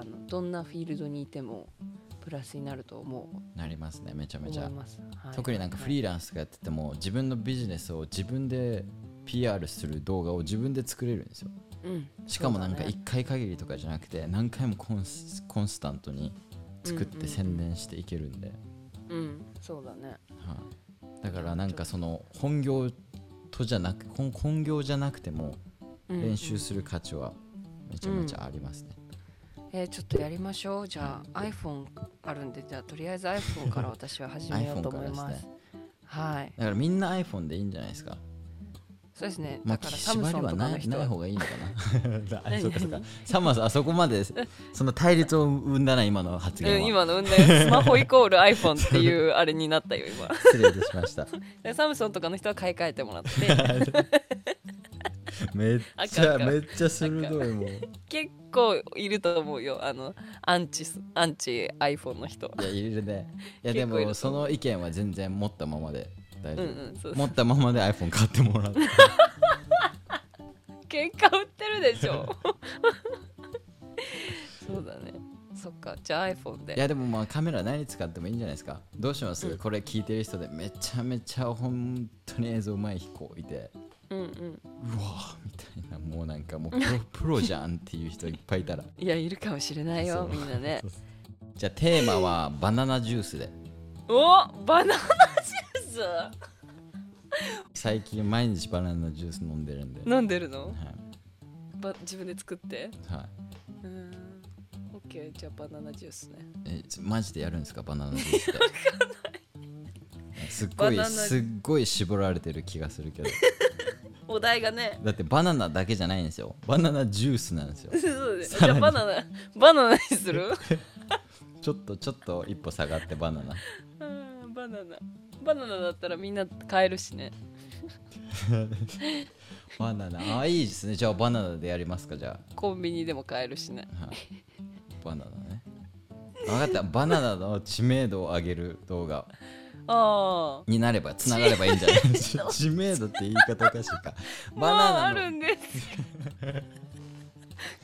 あのどんなフィールドにいてもプラスになると思う
なりますねめちゃめ
思
ちゃ
います、はい
特になんかフリーランスとかやってても自分のビジネスを自分で PR する動画を自分で作れるんですよ
うん
しかもなんか
そうだね
1回限りとかじゃなくて何回もコンスコンスタントに作っ
うんうんう
て
ん
宣伝していけるんで、
うんそうだね
はい、だからなんかその本業とじゃなく本本業じゃなくても
うん
練習する価値はめちゃめちゃありますね、
えーちょっとやりましょうじゃあ iPhone あるんでじゃあとりあえず iPhone から私は始めようと
iPhone
思い
から
ま
ですす
はい
だからみんな iPhone でいいんじゃないですか
そうですね
ま
だ
あ
からサム
縛
ソ
り
ン
は
とか
な
の
い
人は
ない方がいいのかな あ
何
そうかそうか
何
サマーさんあそこまでその対立を生んだな今の発言は、
うん、今のうんだよスマホイコール iPhone っていうあれになったよ今
失礼いたしました
でサムソンとかの人は買い替えても らって
めっち
赤
ゃ
赤
めっちゃ鋭いもう
結構いると思うよあのアンチアンチ iPhone の人
いやいるねいやで
結構いると思
も
う
その意見は全然持ったままで大
う
丈
ん
夫、
うんそう
持ったままで iPhone 買ってもらって
喧嘩売ってるで しょそうだねそっかじゃあ iPhone
い
で
やでもまあカメラ何使ってもいいんじゃないですかどうします、これ聞いてる人でめちゃめちゃ本当に映像うまい子いて
うんうん
うわーみたいなもうなんかもうプロプロじゃんっていう人いっぱいいたら
いやいるかもしれない
そ
よ
う
みんなね
そうそうじゃあテーマはバナナジュースで
おバナナジュー
最近毎日バナナジュース飲んでるんで
ス飲んでるの
はい
ば自分で作って
はい
うん OK じゃあバナナジュースね
えちマジでやるんですかバナナジュー スってすっご
バナ
い
ナ
すっごい絞られてる気がするけど
お題がね
だってバナナだけじゃないんですよバナナジュースなんですよ
そうです
さ
じ
らに
ゃあバナナバナナにする
ちょっとちょっと一歩下がってバナナ
うんバナナバナナだったらみんな買えるしね
バナナあいいですねじゃあバナナでやりますかじゃ
コンビニでも買えるしね
あ、はい、バナナね分かったバナナの知名度を上げる動画
ああ
になればつながればいいんじゃない知名度って言い方おかしい かバ
まあ
ナ
あ
ナ
る
の
んです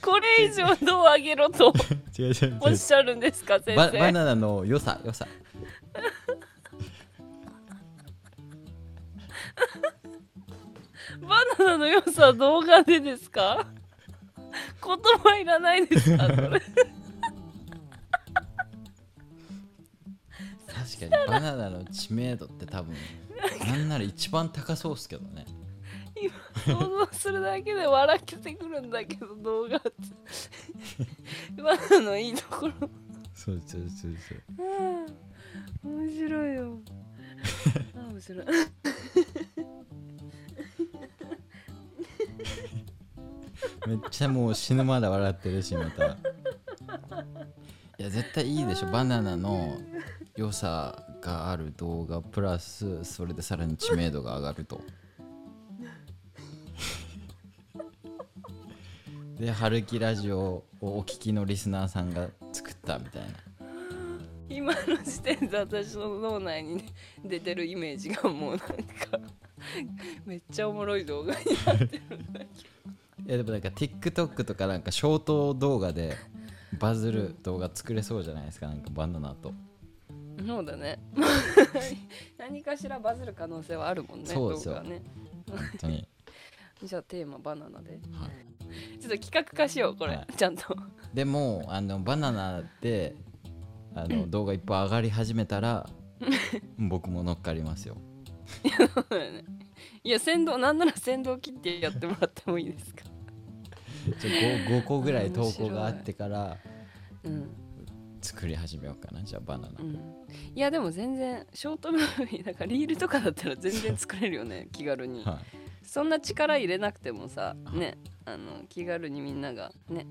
これ以上どうあげろ と
違う違う違う
おっしゃるんですか先
ババ
生
ナナの良さ良さ
バナナの良さは動画でですか言葉いらないですかそれ
確かにバナナの知名度って多分なんなら一番高そうっすけどね
想像するだけで笑けてくるんだけど動画って今ののいいところ
そうそうそうそう
うん面白いよあ面白い
めっちゃもう死ぬまで笑ってるしまたいや絶対いいでしょバナナの良さがある動画プラスそれでさらに知名度が上がるとで「春樹ラジオ」をお聞きのリスナーさんが作ったみたいな
今の時点で私の脳内に、ね、出てるイメージがもうなんかめっちゃおもろい動画に
いやでもなんか TikTok とかなんかショート動画でバズる動画作れそうじゃないですかなんかバナナと、
そうだね 何かしらバズる可能性はあるもんね
そうです
動
よ
画ね
本当に
じゃあテーマバナナで
はい
ちょっと企画化しようこれ、
はい
ちゃんと
でもあのバナナであの動画いっぱい上がり始めたら僕も乗っかりますよ
そうだよねいや先導なんなら先導切ってやってもらってもいいですか
ちょ 5, 5個ぐらい投
面白
稿
い
があってから
うん
作り始めようかなじゃあバナナ、
うんいやでも全然ショートムービーなんかリールとかだったら全然作れるよね気軽に
はい
そんな力入れなくてもさねあの気軽にみんながね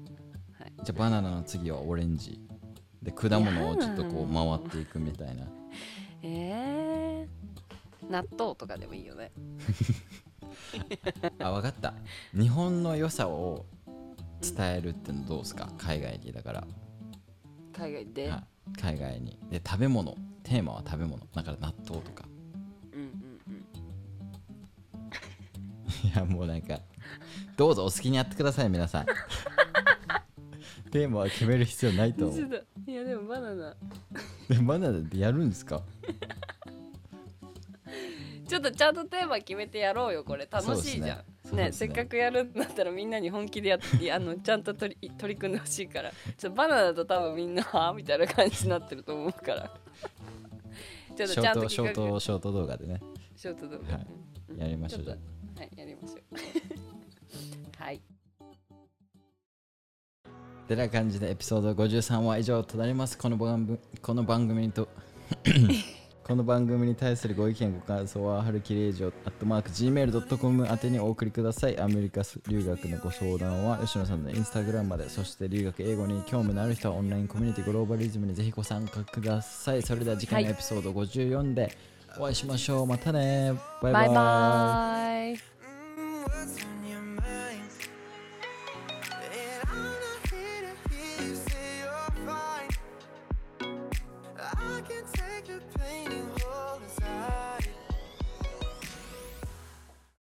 じゃあバナナの次はオレンジで果物をちょっとこう回っていくみたいな
えー、納豆とかでもいいよね
あ分かった日本の良さを伝えるってのどうですか海外にだから、
海外で、
はい海外にで食べ物テーマは食べ物だから納豆とか
うんうん
い
うん
やもうなんかどうぞお好きにやってください皆 さんテーマは決める必要ないと思
ちょ
う
っといやでもバナナ
でバナナでやるんですか
ちょっとちゃんとテーマ決めてやろうよこれ楽しいじゃん
そうで
ね
すねそうです
せ
ね
っかくやるんだったらみんなに本気でやってあのちゃんと取り取り組んでほしいからちょっとバナナだと多分みんなはみたいな感じになってると思う からちょっ
シ
と
ョ
ち
ー
ゃんと
トショ
企
ー
画
トショート動画でね
ショート動
は
画
いやりましょう
ち
じ
ょ
ゃ
っとはいやりましょう はい
あてな感じでエピソード53は以上となりますこの番組この番組に とこの番組に対するご意見ご感想は春樹レイジオアットマーク Gmail.com 宛てにお送りくださいアメリカ留学のご相談は吉野さんのインスタグラムまでそして留学英語に興味のある人はオンラインコミュニティグローバリズムにぜひご参加くださいそれでは次回のエピソード54でお会いしましょうまたねバイバ
バイ
イ
バーイ
Mm, what's